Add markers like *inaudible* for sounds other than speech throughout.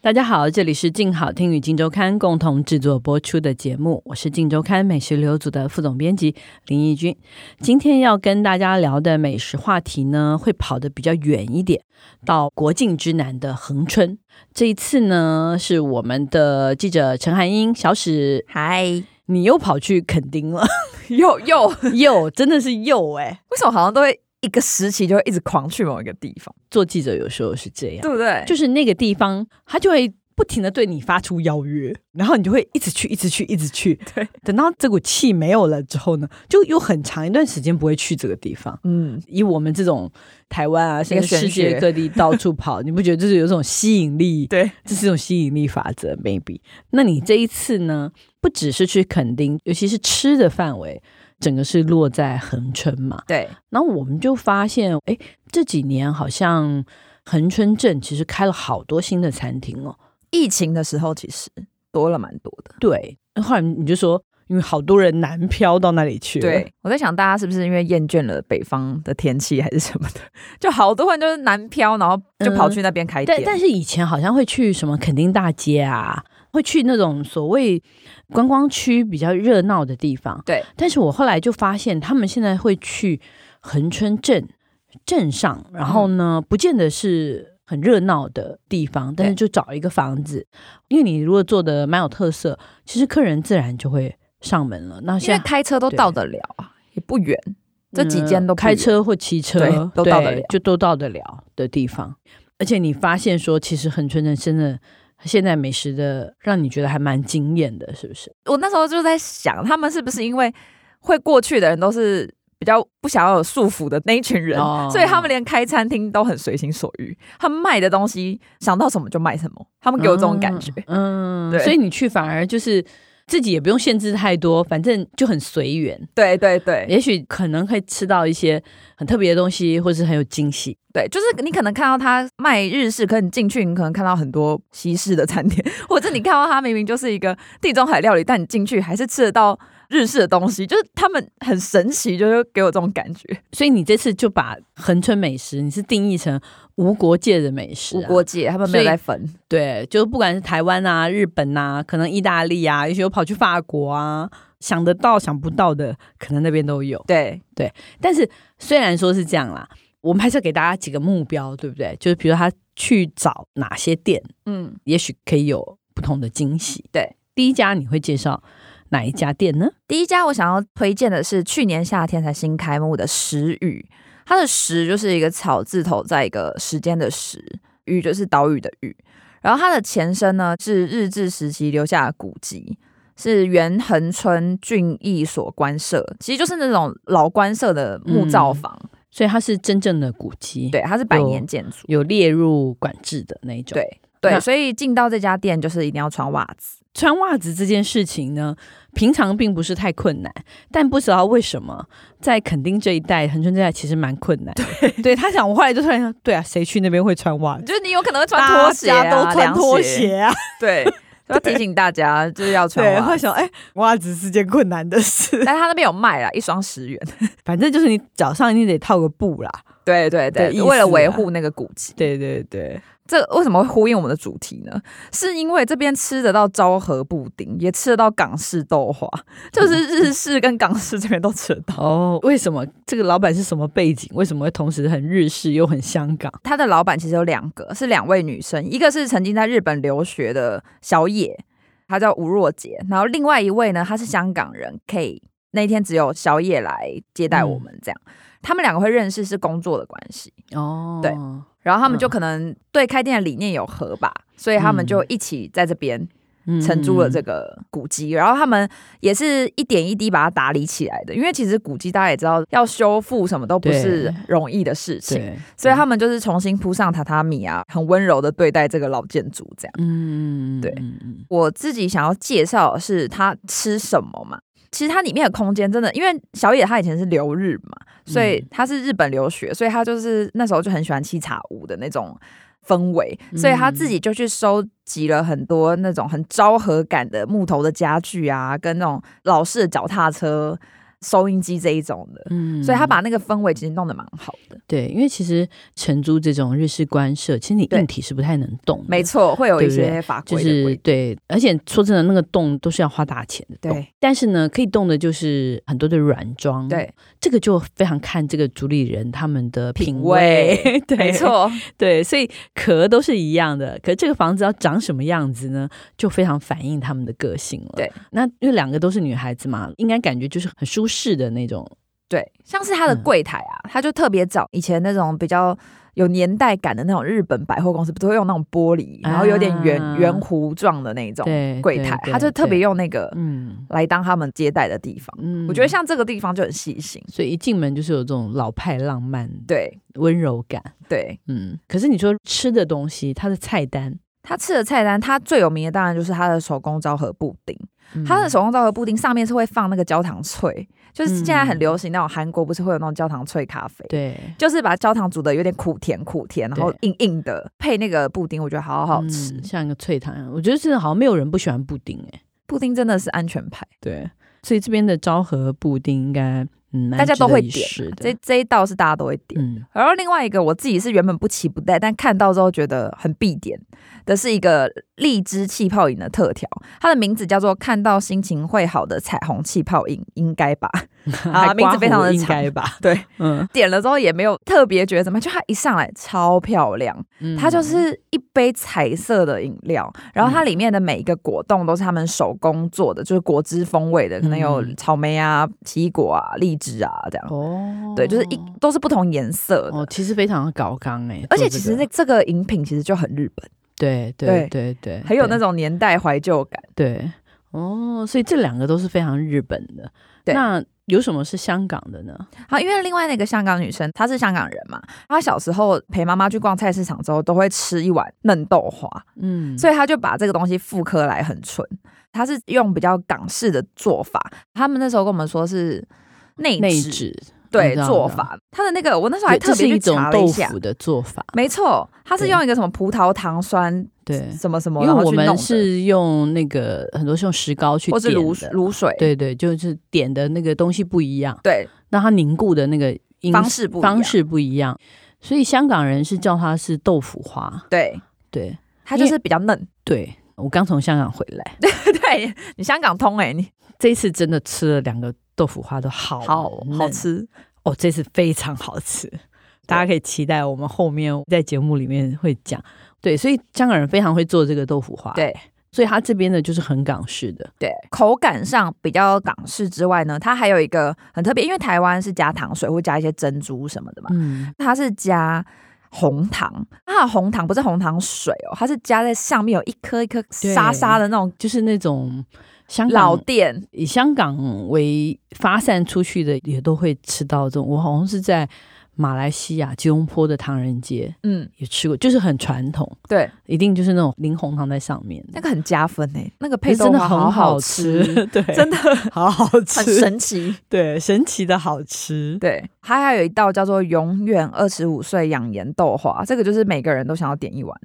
大家好，这里是静好听与静周刊共同制作播出的节目，我是静周刊美食旅游组的副总编辑林义君。今天要跟大家聊的美食话题呢，会跑得比较远一点，到国境之南的恒春。这一次呢，是我们的记者陈涵英、小史，嗨，你又跑去垦丁 *laughs* 了， *laughs* 又又， *laughs* 为又真的是又哎、什么好像都会一个时期就会一直狂去某一个地方，做记者有时候是这样。对不对？就是那个地方，他就会不停的对你发出邀约，然后你就会一直去，一直去，一直去。对，等到这股气没有了之后呢，就有很长一段时间不会去这个地方。嗯，以我们这种台湾啊，甚至玄世界学各地到处 *laughs* 跑，你不觉得这是有一种吸引力？对，这是一种吸引力法则，maybe。那你这一次呢，不只是去垦丁，尤其是吃的范围，整个是落在恒春嘛。对，然后我们就发现，哎，这几年好像恒春镇其实开了好多新的餐厅哦。疫情的时候其实多了蛮多的。对，后来你就说，因为好多人南漂到那里去了，对，我在想大家是不是因为厌倦了北方的天气还是什么的， *laughs* 就好多人就是南漂，然后就跑去那边开店。但但是以前好像会去什么垦丁大街啊，会去那种所谓观光区比较热闹的地方。对，但是我后来就发现，他们现在会去恒春镇镇上，嗯然后呢，不见得是。很热闹的地方，但是就找一个房子，因为你如果做的蛮有特色，其实客人自然就会上门了。那因现为在开车都到得了啊，也不远，这几间都嗯不远开车或骑车对都到得对了就都到得了的地方。而且你发现说，其实恒春人真的现在美食的，让你觉得还蛮惊艳的，是不是？我那时候就在想，他们是不是因为会过去的人都是比较不想要有束缚的那一群人，哦所以他们连开餐厅都很随心所欲，他们卖的东西想到什么就卖什么，他们给我这种感觉。哦 *laughs* 嗯，对所以你去反而就是自己也不用限制太多，反正就很随缘。对对对也许可能会吃到一些很特别的东西，或是很有惊喜。对，就是你可能看到他卖日式，可是你进去你可能看到很多西式的餐点，或者你看到他明明就是一个地中海料理，但你进去还是吃得到日式的东西，就是他们很神奇，就是给我这种感觉。所以你这次就把恒春美食，你是定义成无国界的美食、啊，无国界，他们没所有以在分，对，就不管是台湾啊、日本啊，可能意大利啊，也许有跑去法国啊，想得到、想不到的，可能那边都有。对但是虽然说是这样啦，我们还是要给大家几个目标，对不对？就是比如他去找哪些店，嗯，也许可以有不同的惊喜。对，第一家你会介绍哪一家店呢？第一家我想要推荐的是去年夏天才新开幕的石宇，它的石就是一个草字头在一个时间的石，宇就是岛屿的屿。然后它的前身呢是日治时期留下的古迹，是原恒春俊义所官舍，其实就是那种老官舍的木造房，所以它是真正的古迹，，对，它是百年建嗯筑，有列入管制的那一种。对对，那所以进到这家店就是一定要穿袜子，穿袜子这件事情呢，平常并不是太困难，但不知道为什么在垦丁这一带、恒春这一带其实蛮困难。对，他想，我后来就突然想，对啊，谁去那边会穿袜子？就是你有可能会穿拖鞋、大啊，家都穿凉拖，鞋啊。 *laughs* 对，要提醒大家就是要穿对，袜后子来。想，哎、袜子是件困难的事。 *laughs* 但他那边有卖啦，一双十元。反正就是你脚上一定得套个布啦。 *laughs* 对对对意思啊为了维护那个古迹，对对对，这为什么会呼应我们的主题呢？是因为这边吃得到昭和布丁，也吃得到港式豆花， *laughs* 就是日式跟港式这边都 *laughs* 吃得到。哦，为什么这个老板是什么背景？为什么会同时很日式又很香港？他的老板其实有两个，是两位女生，一个是曾经在日本留学的小野，她叫吴若杰，然后另外一位呢，她是香港人 K。那一天只有小野来接待我们，这样、他们两个会认识是工作的关系。哦对然后他嗯们就可能对开店的理念有合吧，所以他们就一起在这边承租了这个。个嗯古迹。然后他们也是一点一滴把它打理起来的，因为其实古迹大家也知道，要修复什么都不对是容易的事情，对，所以他们就是重新铺上榻榻米啊，很温柔的对待这个老建筑这样。嗯，对嗯嗯我自己想要介绍的是他吃什么嘛。其实它里面的空间真的，因为小野他以前是留日嘛，所以嗯他是日本留学，所以他就是那时候就很喜欢七茶屋的那种氛围，所以他嗯自己就去收集了很多那种很昭和感的木头的家具啊，跟那种老式的脚踏车、收音机这一种的，嗯所以他把那个氛围其实弄得蛮好的。对，因为其实承租这种日式官舍，其实你对硬体是不太能动的，没错，会有一对不些法就规的规是定，对，而且说真的，那个洞都是要花大钱的洞。 *laughs* 对但是呢，可以动的就是很多的软装。，对，这个就非常看这个主理人他们的品品味。 *laughs* 对，没，错，对，所以壳都是一样的。可这个房子要长什么样子呢，就非常反映他们的个性了。对，那因为两个都是女孩子嘛，应该感觉就是很舒适的那种。对，像是他嗯的柜台啊，他就特别找以前那种比较有年代感的那种日本百货公司，不都会用那种玻璃，然后有点圆啊圆弧状的那种对，柜对台，对他就特别对用那个嗯来当他们接待的地方。嗯我觉得像这个地方就很细心，所以一进门就是有这种老派浪漫、对温柔感。对。嗯，可是你说吃的东西，它的菜单，他吃的菜单，他最有名的当然就是他的手工昭和布丁。嗯他的手工昭和布丁上面是会放那个焦糖脆，就是现在很嗯流行那种韩国不是会有那种焦糖脆咖啡？对就是把焦糖煮的有点苦甜苦甜，然后对硬硬的配那个布丁，我觉得好好吃。嗯像一个脆糖一样。我觉得真的好像没有人不喜欢布丁哎、布丁真的是安全牌，对，所以这边的昭和布丁应该，嗯，蛮大家值都得会一点试啊。的这这一道是大家都会点。嗯，然后另外一个我自己是原本不期不待，但看到之后觉得很必点的是一个荔枝气泡饮的特调，它的名字叫做“看到心情会好的彩虹气泡饮”，应该 *laughs* 吧？啊，还名字非常刮胡的应长。该吧？对，嗯，点了之后也没有特别觉得怎么样，就它一上来超漂亮，嗯它就是一杯彩色的饮料，然后它里面的每一个果冻都是他们手工做的，就是果汁风味的，可能有嗯草莓啊、奇异果啊、荔枝啊这样。哦，对，就是一都是不同颜色的，哦，其实非常的搞刚哎，而且做其这实个那这个饮品其实就很日本，对对对对，很有对那种年代怀旧感。对哦，所以这两个都是非常日本的。对那有什么是香港的呢？好，因为另外那个香港女生她是香港人嘛，她小时候陪妈妈去逛菜市场之后都会吃一碗嫩豆花，嗯，所以他就把这个东西复刻来很纯，他是用比较港式的做法。他们那时候跟我们说是内内酯酯对我知道做法，他的那个我那时候还对特这是别一去种查了豆一下腐，的做法，没错，他是对用一个什么葡萄糖酸对，什么什么，因为然后我去弄们的是用那个很多是用石膏去或是点卤的卤水，对对，就是点的那个东西不一样，对那它凝固的那个因方式不一样方式不一样，所以香港人是叫它是豆腐花，对，对它就是比较嫩。 *laughs* 对。我刚从香港回来，对你香港通哎、你这一次真的吃了两个豆腐花，都好嫩好吃，哦，这次非常好吃，大家可以期待我们后面在节目里面会讲。对，所以香港人非常会做这个豆腐花，，对所以它这边的就是很港式的，对，口感上比较港式之外呢，它还有一个很特别，因为台湾是加糖水或加一些珍珠什么的嘛，嗯，它是加红糖，它的红糖不是红糖水哦，它是加在上面有一颗一颗对沙沙的那种就是那种香老港店，以香港为发散出去的，也都会吃到这种。我好像是在马来西亚吉隆坡的唐人街嗯，也吃过，就是很传统，对，一定就是那种淋红糖在上面的，那个很加分欸诶、那个可配是豆真的花很好吃，对， *laughs* 真的好好很吃，神奇。对，神奇的好吃， *laughs* 对，它还有一道叫做“永远二十五岁养颜豆花”，这个就是每个人都想要点一 *laughs* 碗，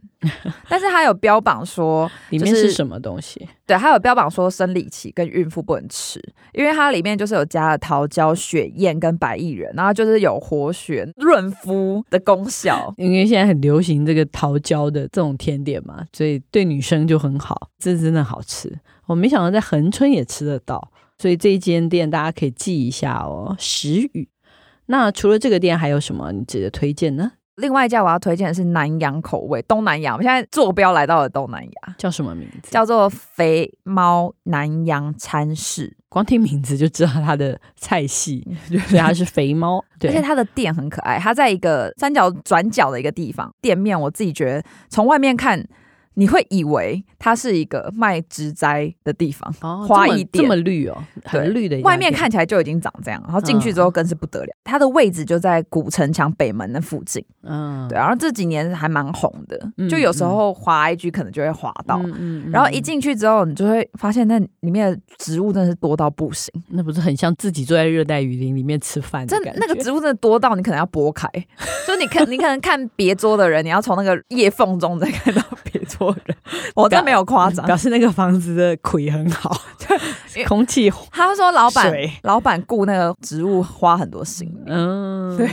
但是它有标榜说，里就面是是什么东西？对，它有标榜说生理期跟孕妇不能吃，因为它里面就是有加了桃胶、雪燕跟白薏仁，然后就是有活血润肤的功效。因为现在很流行这个桃胶的这种甜点嘛，所以对女生就很好，这真的好吃。我没想到在恒春也吃得到，所以这一间店大家可以记一下哦，食语。那除了这个店，还有什么你值得推荐呢？另外一家我要推荐的是南洋口味，东南亚，我们现在坐标来到了东南亚，叫什么名字？叫做肥猫南洋餐室，光听名字就知道它的菜 *laughs* 系，所以它是肥猫。而且对，它的店很可爱，它在一个三角转角的一个地方，店面我自己觉得从外面看你会以为它是一个卖植栽的地方，哦，花这么一点这么绿哦，对很绿的一家店。嗯外面看起来就已经长这样，然后进去之后更是不得了。它的位置就在古城墙北门那附近，嗯，对。然后这几年还蛮红嗯的，就有时候滑 IG 可能就会滑到。嗯嗯嗯然后一进去之后，你就会发现那里面的植物真的是多到不行，那不是很像自己坐在热带雨林里面吃饭的真感觉？那 *laughs* 个植物真的多到你可能要拨开，就你看你可能 *laughs* 看别桌的人，你要从那个裂缝中再看到别桌人。我真没有夸张，表示那个房子的鬼很 *laughs* 好，空气他说老板水老板雇那个植物花很多心力，嗯，对，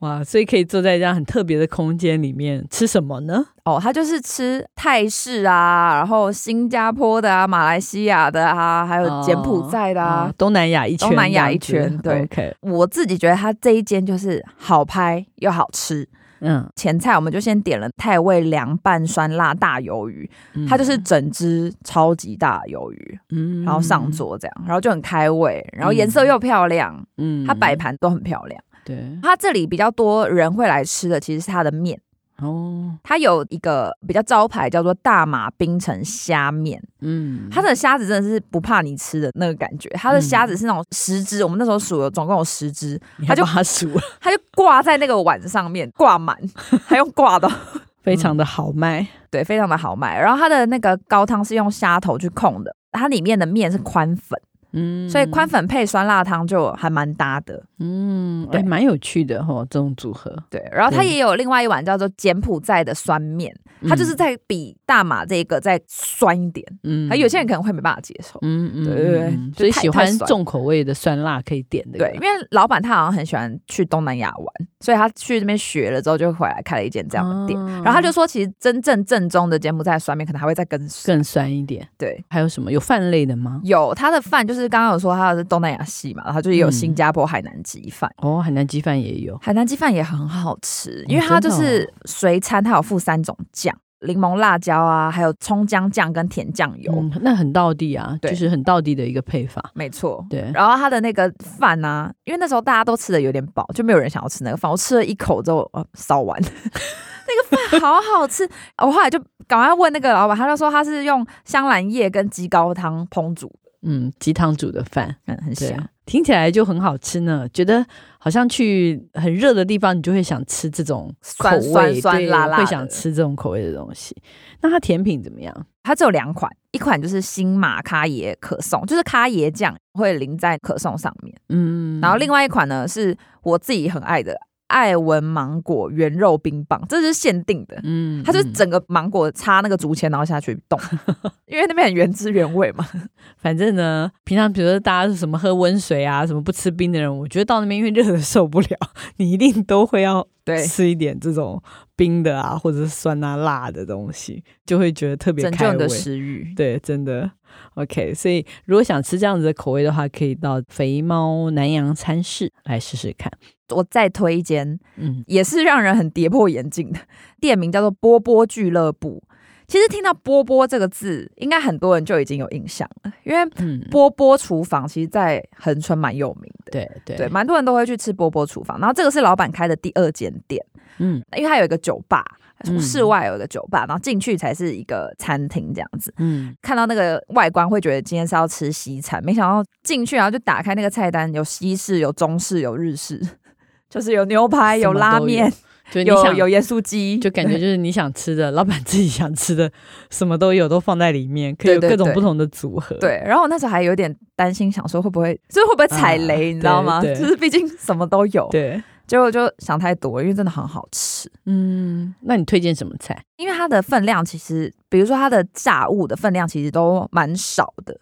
哇，所以可以坐在这样很特别的空间里面吃什么呢？哦，他就是吃泰式啊，然后新加坡的啊，马来西亚的啊，还有柬埔寨的啊。嗯东南亚一圈这样子，东南亚一圈对 OK，我自己觉得他这一间就是好拍又好吃。嗯，前菜我们就先点了太味凉拌酸辣大鱿鱼，嗯它就是整只超级大鱿鱼，嗯然后上，桌这样，然后就很开胃，然后颜色又漂亮，嗯它摆盘都很漂亮。对，它这里比较多人会来吃的其实是它的面，哦，它有一个比较招牌叫做大马冰城虾面。嗯，它的虾子真的是不怕你吃的那个感觉，它的虾嗯子是那种十只，我们那时候数了总共有十只，你它还就把它 *laughs* 数 *laughs* 了，它就挂在那个碗上面，挂满， *laughs* 还用挂的， *laughs* 非常的豪迈，对，非常的好卖。然后它的那个高汤是用虾头去控的，它里面的面是宽粉，嗯所以宽，粉配酸辣汤就还蛮搭的，嗯，对哎，蛮有趣的哈，这种组合，对。然后它对也有另外一碗叫做柬埔寨的酸面，它就是嗯，在比大马这个再酸一点，嗯还有些人可能会没办法接受。嗯嗯，对对对嗯就所以太喜太欢酸重口味的酸辣可以点的，对，因为老板他好像很喜欢去东南亚玩，所以他去那边学了之后，就回来开了一间这样的店。哦然后他就说，其实真正正宗的柬埔寨酸面可能还会再更酸。更酸一点。对，还有什么有饭类的吗？有他的饭就是刚刚有说他是东南亚系嘛，然后就也有嗯新加坡海南鸡饭。哦，海南鸡饭也有，海南鸡饭也很好吃，因为它真的就哦是随餐，它有附三种酱：柠檬辣椒啊，还有葱姜酱跟甜酱油。嗯，那很道地啊，对就是很道地的一个配法。没错，对，然后它的那个饭啊，因为那时候大家都吃的有点饱，就没有人想要吃那个饭。我吃了一口之后，呃，烧完 *laughs* 那个饭好好吃。我后来就赶快问那个老板，他就说他是用香兰叶跟鸡高汤烹煮，嗯，鸡汤煮的饭，嗯，很对香。，听起来就很好吃呢。觉得好像去很热的地方，你就会想吃这种口酸味，酸酸对辣辣的，会想吃这种口味的东西。那它甜品怎么样？它只有两款，一款就是新马咖椰可颂，就是咖椰酱会淋在可颂上面。嗯，然后另外一款呢是我自己很爱的艾文芒果原肉冰棒，这是限定的。嗯，它就是嗯整个芒果插那个竹签，然后下去 *laughs* 冻，因为那边很原汁原味嘛。反正呢，平常比如说大家是什么喝温水啊，什么不吃冰的人，我觉得到那边因为热的受不了， *laughs* 你一定都会要对吃一点这种冰的啊，或者是酸啊、辣的东西，就会觉得特别拯救开你的胃。食欲。对，真的 OK。所以如果想吃这样子的口味的话，可以到肥猫南洋餐室来试试看。我再推一间，嗯，也是让人很跌破眼镜的店名，叫做波波俱乐部。其实听到“波波”这个字，应该很多人就已经有印象了，因为嗯，波波厨房其实，在恒春蛮有名的，对对对，蛮多人都会去吃波波厨房。然后这个是老板开的第二间店，嗯因为它有一个酒吧嗯，室外有一个酒吧，然后进去才是一个餐厅这样子。嗯看到那个外观会觉得今天是要吃西餐，没想到进去然后就打开那个菜单，有西式、有中式、有日式， *laughs* 就是有牛排、什么都有有拉面、就你有想有盐酥鸡，就感觉就是你想吃的，老板自己想吃的，什么都有，都放在里面，可以有对对各种对不同的组合。对。然后我那时候还有点担心，想说会不会 *laughs* 就是会不会踩雷，你知道吗？啊对对就是毕竟什么都有，对，结果就想太多，因为真的很好吃。嗯，那你推荐什么菜？因为它的分量其实，比如说它的炸物的分量其实都蛮少的，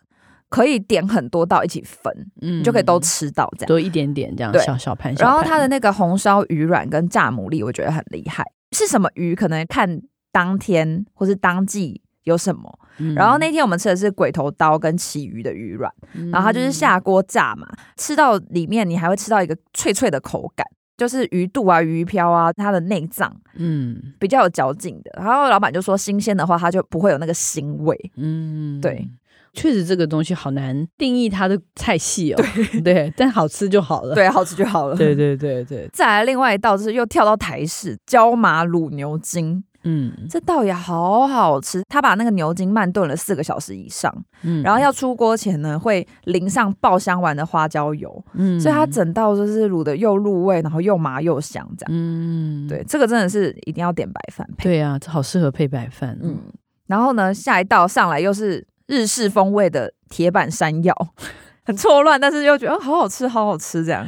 可以点很多到一起分，嗯你就可以都，吃到这样。多一点点这样，对小小盘。小然后盘它的那个红烧鱼软跟炸牡蛎，我觉得很厉害。是什么鱼？可能看当天或是当季有什么。嗯然后那天我们吃的是鬼头刀跟旗鱼的鱼软，然后它就是下锅炸嘛，吃到里面你还会吃到一个脆脆的口感，就是鱼肚啊、鱼漂啊，它的内脏嗯比较有嚼劲的。然后老板就说，新鲜的话它就不会有那个腥 *laughs* 味。嗯，对。确实，这个东西好难定义它的菜系哦。对 *laughs* 对，但好吃就好了。对，好吃就 *laughs* 好了。对对对对，再来另外一道就是又跳到台式椒麻卤牛筋，嗯这道也好好吃。他把那个牛筋慢炖了四个小时以上，嗯然后要出锅前呢会淋上爆香丸的花椒油，嗯所以它整道就是卤的又入味，然后又麻又香这样。嗯对，这个真的是一定要点白饭配。对啊，这好适合配白饭，嗯嗯，然后呢，下一道上来又是日式风味的铁板山药， *laughs* 很错乱，但是又觉得、哦、好好吃，好好吃这样。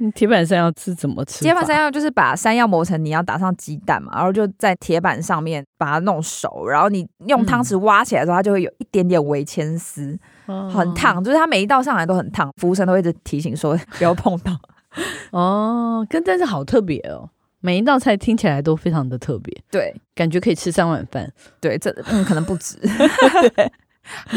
嗯铁板山药是怎么吃法？铁板山药就是把山药磨成泥，要打上鸡蛋嘛，然后就在铁板上面把它弄熟，然后你用嗯汤匙挖起来的时候，它就会有一点点微牵丝，哦很烫，就是它每一道上来都很烫，服务生都会一直提醒说不要碰到。哦，跟但是好特别哦，每一道菜听起来都非常的特别，对感觉可以吃三碗饭。 *laughs* 对，这嗯可能不止。对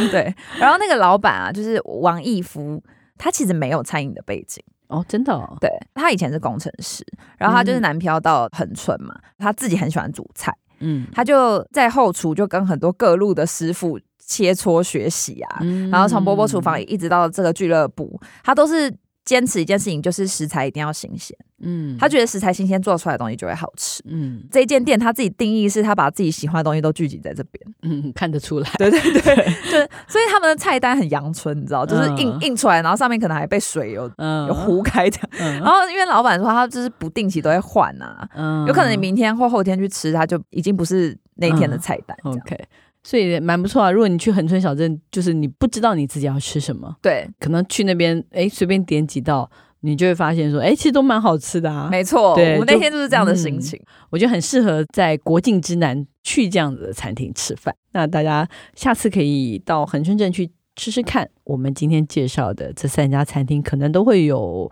对，然后那个老板啊，就是王义夫，他其实没有餐饮的背景。哦，真的、哦，对他以前是工程师，然后他就是嗯南漂到很蠢嘛，他自己很喜欢煮菜，嗯，他就在后厨就跟很多各路的师傅切磋学习啊，嗯然后从波波厨房一直到这个俱乐部，他都是坚持一件事情，就是食材一定要新鲜，嗯，嗯，他觉得食材新鲜做出来的东西就会好吃。嗯这间店他自己定义是他把自己喜欢的东西都聚集在这边，嗯看得出来，对对对，就是所以他们的菜单很阳春，你知道，就是印嗯印出来，然后上面可能还被水有嗯有哦糊开这样。嗯然后因为老板说他就是不定期都会换啊，嗯有可能你明天或后天去吃，它就已经不是那一天的菜单这样。嗯 OK，所以蛮不错啊。如果你去恒春小镇，就是你不知道你自己要吃什么，对，可能去那边哎随便点几道，你就会发现说，哎，其实都蛮好吃的啊。没错，对我们那天就是这样的就嗯心情。我觉得很适合在国境之南去这样子的餐厅吃饭。那大家下次可以到恒春镇去吃吃看，我们今天介绍的这三家餐厅可能都会有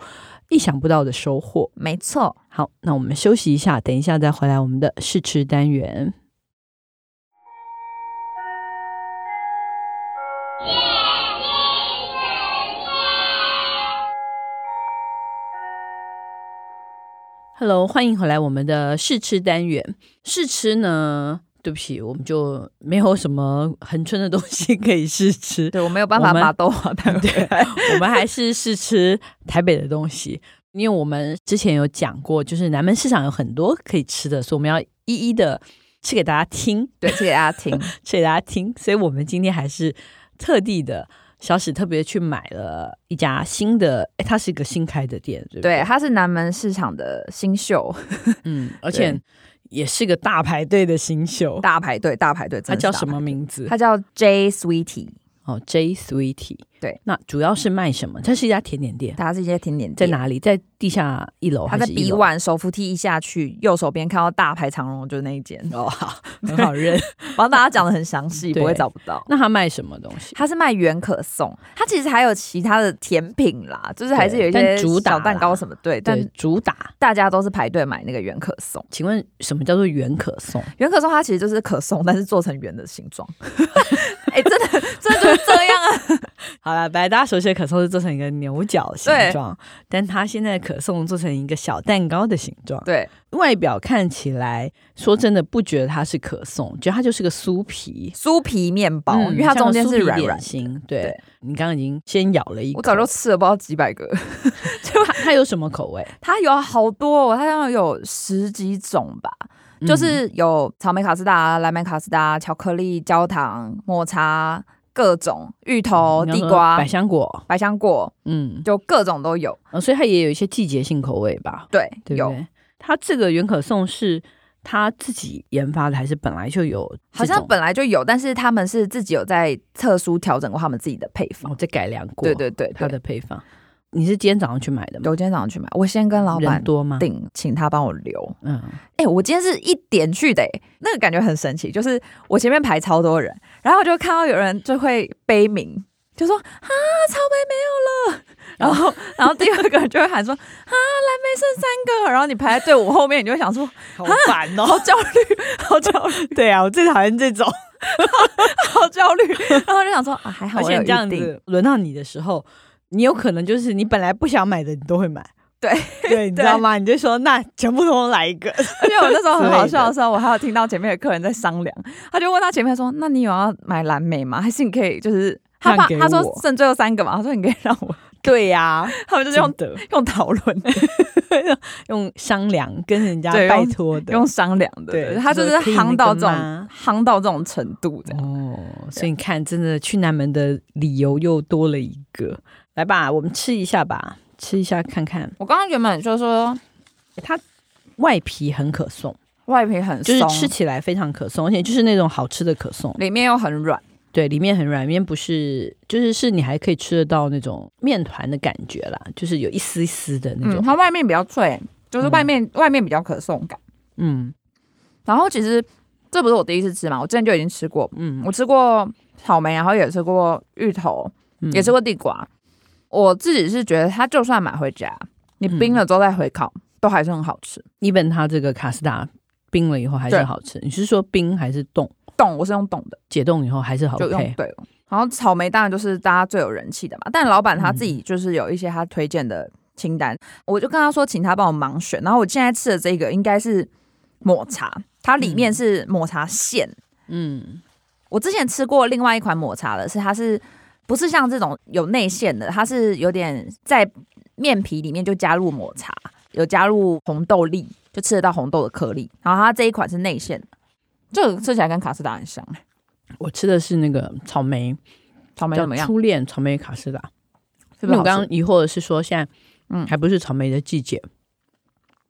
意想不到的收获。没错，好，那我们休息一下，等一下再回来我们的试吃单元。Hello，欢迎回来我们的试吃单元。试吃呢，对不起，我们就没有什么恒春的东西可以试吃，对我没有办法我们把豆花 *laughs* 带回 *laughs* 来。我们还是试吃台北的东西，因为我们之前有讲过，就是南门市场有很多可以吃的，所以我们要一一的吃给大家听，对，谢谢大家听。吃给大家听。所以我们今天还是特地的，小史特别去买了一家新的，哎，它是一个新开的店，对不对，对？它是南门市场的新秀，嗯，而且也是个大排队的新秀，大排队，大排队。它真的是叫大什排么队？名字？它叫 J Sweetie，哦，J Sweetie。对，那主要是卖什么？它是一家甜点店，它是一些甜点在店。哪里？在地下一楼它还在是一 B 楼？ one 手扶梯一下去，右手边看到大排长龙，就是那一间。哦，好， *laughs* 很好认。 *laughs* 帮大家讲的很 *laughs* 详细，对不会找不到。那他卖什么东西？它是卖圆可颂，它其实还有其他的甜品啦，就是还是有一对些但主打小蛋糕啦什么，对，对但，主打。大家都是排队买那个圆可颂。请问什么叫做圆可颂？圆可颂它其实就是可颂，但是做成圆的形 *laughs* 状。哎、真的，真的就是这样啊！好了，本来大家熟悉的可颂是做成一个牛角形状，但它现在的可颂做成一个小蛋糕的形状。对外表看起来，说真的不觉得它是可颂，觉得它就是个酥皮。酥皮面包，嗯嗯因为它中间是像个酥软皮软点。心，对对你刚刚已经先咬了一口，我早就吃了不知道几百个，它它有什么口味？它有好多、哦，它好像有十几种吧，嗯就是有草莓卡斯达、蓝莓卡斯达、巧克力、焦糖、抹茶、各种芋头、嗯你刚哦刚地说瓜百、香果，百香果，嗯、就各种都有。呃所以它也有一些季节性口味吧，对，对不有对？它这个圆可颂是它自己研发的，还是本来就有这好种？像本来就有，但是他们是自己有在特殊调整过他们自己的配方。我再改良哦过，对对对，它对的配方。你是今天早上去买的吗？我今天早上去买，我先跟老板人多吗？订，请他帮我留。嗯，哎、我今天是一点去的、欸，那个感觉很神奇，就是我前面排超多人，然后我就看到有人就会悲鸣，就说啊，草莓没有了。然后，然后第二个人就会喊说啊，蓝莓剩三个。然后你排在队伍后面，你就会想说好烦哦！好焦虑，好焦虑， *laughs* 对啊，我最讨厌这种。好焦虑。然后我就想说啊，还 *laughs* 好而我且有这样预定子轮到你的时候，你有可能就是你本来不想买的，你都会买。 *laughs* 对对，你知道吗？你就说那全部通通来一 *laughs* 个。而且我那时候很好笑的时候，我还有听到前面的客人在商量，他就问他前面说：“那你有要买蓝莓吗？还是你可以就是？”他让怕给他说我剩最后三个嘛，他说你可以让我，对呀、 *laughs* 他们就是用真的用讨论的、用商量跟人家对拜用托的，用商量的，对他就是说可以夯到这那个种吗夯到这种程度这样。哦，所以你看，真的去南门的理由又多了一个。来吧，我们吃一下吧，吃一下看看。我刚刚原本就说外皮很可颂，外皮很就松，是吃起来非常可颂，而且就是那种好吃的可颂。里面又很软，对，里面很软，里面不是，就是是你还可以吃得到那种面团的感觉啦，就是有一丝一丝的那嗯，种。它外面比较脆，就是外面、外面比较可颂感。嗯然后其实这不是我第一次吃嘛，我之前就已经吃过，嗯，我吃过草莓，然后也吃过芋头，嗯也吃过地瓜。我自己是觉得它就算买回家，你冰嗯了之后再回烤，都还是很好吃。你本它这个卡斯达冰了以后还对是好吃。你是说冰还是冻？冻我是用冻的，解冻以后还是好就用 OK？对了。然后草莓当然就是大家最有人气的嘛，但老板他嗯自己就是有一些他推荐的清单，我就跟他说请他帮我盲选。然后我现在吃的这个应该是抹茶，它里面是抹茶馅，嗯我之前吃过另外一款抹茶的是，它是不是像这种有内馅的？它是有点在面皮里面就加入抹茶，有加入红豆粒，就吃得到红豆的颗粒。然后它这一款是内馅的，这个吃起来跟卡斯达很像。欸我吃的是那个草莓，草莓叫怎么样？初恋草莓卡斯达。是因为不是我好吃刚刚疑惑的是说，现在嗯嗯还不是草莓的季节，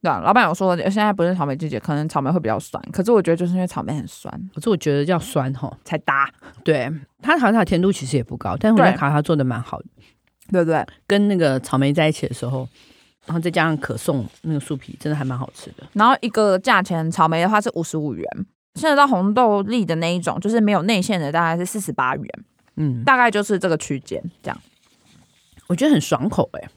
对啊，老板有说现在不是草莓季节，可能草莓会比较酸，可是我觉得就是因为草莓很酸可是我觉得要酸哈。才搭，对，它卡塔甜度其实也不高，但是我觉对得卡塔做的蛮好的，对不对？跟那个草莓在一起的时候，然后再加上可颂那个酥皮，真的还蛮好吃的。然后一个价钱，草莓的话是五十五元，现在到红豆粒的那一种，就是没有内馅的，大概是四十八元。嗯，大概就是这个区间，这样我觉得很爽口哎、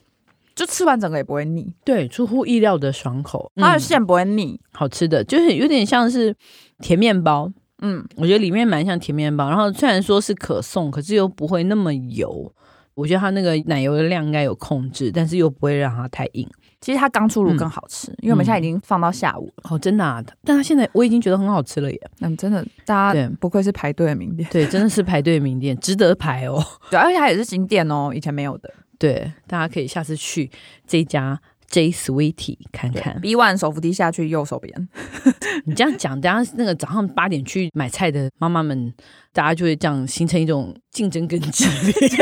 就吃完整个也不会腻，对，出乎意料的爽口，它的嗯、馅不会腻。好吃的，就是有点像是甜面包，嗯，我觉得里面蛮像甜面包。然后虽然说是可颂，可是又不会那么油。我觉得它那个奶油的量应该有控制，但是又不会让它太硬。其实它刚出炉更好吃，因为我们现在已经放到下午了。哦，真的、啊，但它现在我已经觉得很好吃了耶。嗯，真的，大家对不愧是排队的名店，对，真的是排队名店，值得排哦。 *laughs* 对，而且它也是新店哦，以前没有的。对，大家可以下次去这家 J Sweetie 看看。 B one 手扶梯下去右手边， *laughs* 你这样讲，等下那个早上八点去买菜的妈妈们，大家就会这样形成一种竞争更激烈。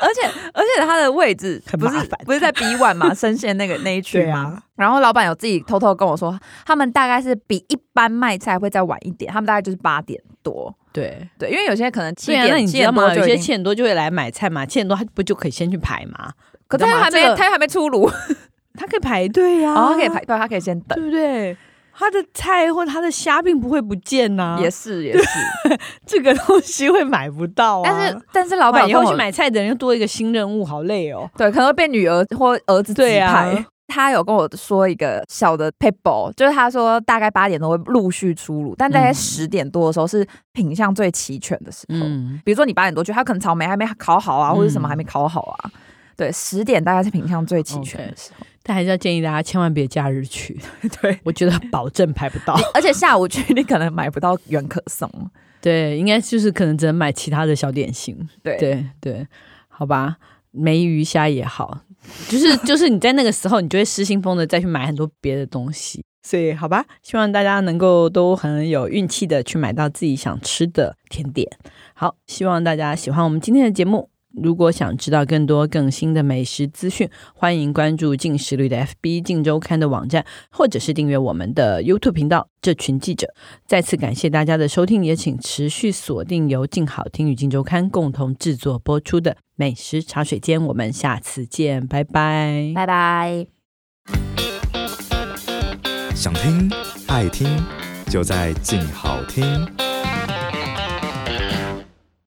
而且而且它的位置很不麻是烦不是在 B one 嘛，生鲜那个那一区 *laughs* 对啊嘛。然后老板有自己偷偷跟我说，他们大概是比一般卖菜会再晚一点，他们大概就是八点多。对，对，因为有些可能七对啊，那点你七知道点多吗？有就些已经，七点多就会来买菜嘛，七点多他不就可以先去排吗？可是你知道他吗还没这个他还没出炉，他可以排队呀、哦，他可以排，对，他可以先等。对不对？他的菜或他的虾并不会不见呐、也是也啊是，这个东西会买不到啊。但是但是老老板板以跟后我去买菜的人又多一个新任务，好累哦。对，可能会被女儿或儿子指对啊 *laughs* 派。他有跟我说一个小的 paper，就是他说大概八点多会陆续出炉，但大概嗯十点多的时候是品相最齐全的时候。比如说你八点多去，他可能草莓还没烤好啊，嗯或者什么还没烤好啊。对，十点大概是品相最齐全的时候。但还是要建议大家千万别假日 *laughs* 去，对，我觉得保证排不 *laughs* 到。而且下午去你可能买不到原可颂。对，应该就是可能只能买其他的小点心。对，对对，好吧，梅鱼虾也好，就是就是你在那个时候，你就会失心疯的再去买很多别的东西。所以好吧，希望大家能够都很有运气的去买到自己想吃的甜点。好，希望大家喜欢我们今天的节目。如果想知道更多更新的美食资讯，欢迎关注进食率的 FB、进周刊的网站，或者是订阅我们的 YouTube 频道。这群记者再次感谢大家的收听，也请持续锁定由静好听与静周刊共同制作播出的《美食茶水间》，我们下次见，拜拜。拜拜。想听爱听，就在静好听。